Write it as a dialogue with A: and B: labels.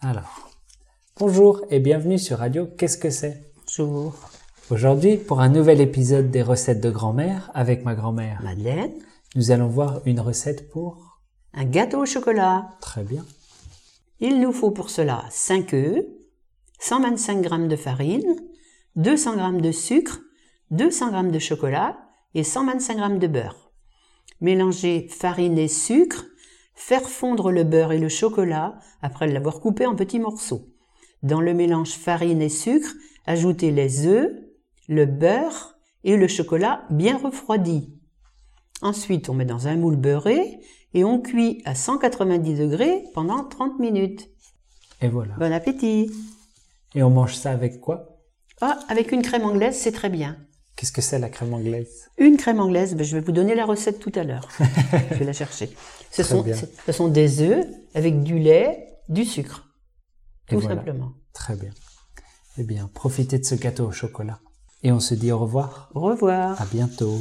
A: Alors, bonjour et bienvenue sur Radio Qu'est-ce que c'est
B: Bonjour.
A: Aujourd'hui, pour un nouvel épisode des recettes de grand-mère avec ma grand-mère,
B: Madeleine,
A: nous allons voir une recette pour...
B: un gâteau au chocolat.
A: Très bien.
B: Il nous faut pour cela 5 œufs, 125 g de farine, 200 g de sucre, 200 g de chocolat et 125 g de beurre. Mélanger farine et sucre, faire fondre le beurre et le chocolat après l'avoir coupé en petits morceaux. Dans le mélange farine et sucre, ajoutez les œufs, le beurre et le chocolat bien refroidi. Ensuite, on met dans un moule beurré et on cuit à 190 degrés pendant 30 minutes.
A: Et voilà.
B: Bon appétit
A: Et on mange ça avec quoi
B: Ah, avec une crème anglaise, c'est très bien.
A: Qu'est-ce que c'est la crème anglaise
B: Une crème anglaise, ben, je vais vous donner la recette tout à l'heure. je vais la chercher. Ce
A: Très
B: sont,
A: bien.
B: ce ce sont des œufs avec du lait, du sucre,
A: Et
B: tout
A: voilà.
B: simplement.
A: Très bien. Eh bien, profitez de ce gâteau au chocolat. Et on se dit au revoir.
B: Au revoir.
A: À bientôt.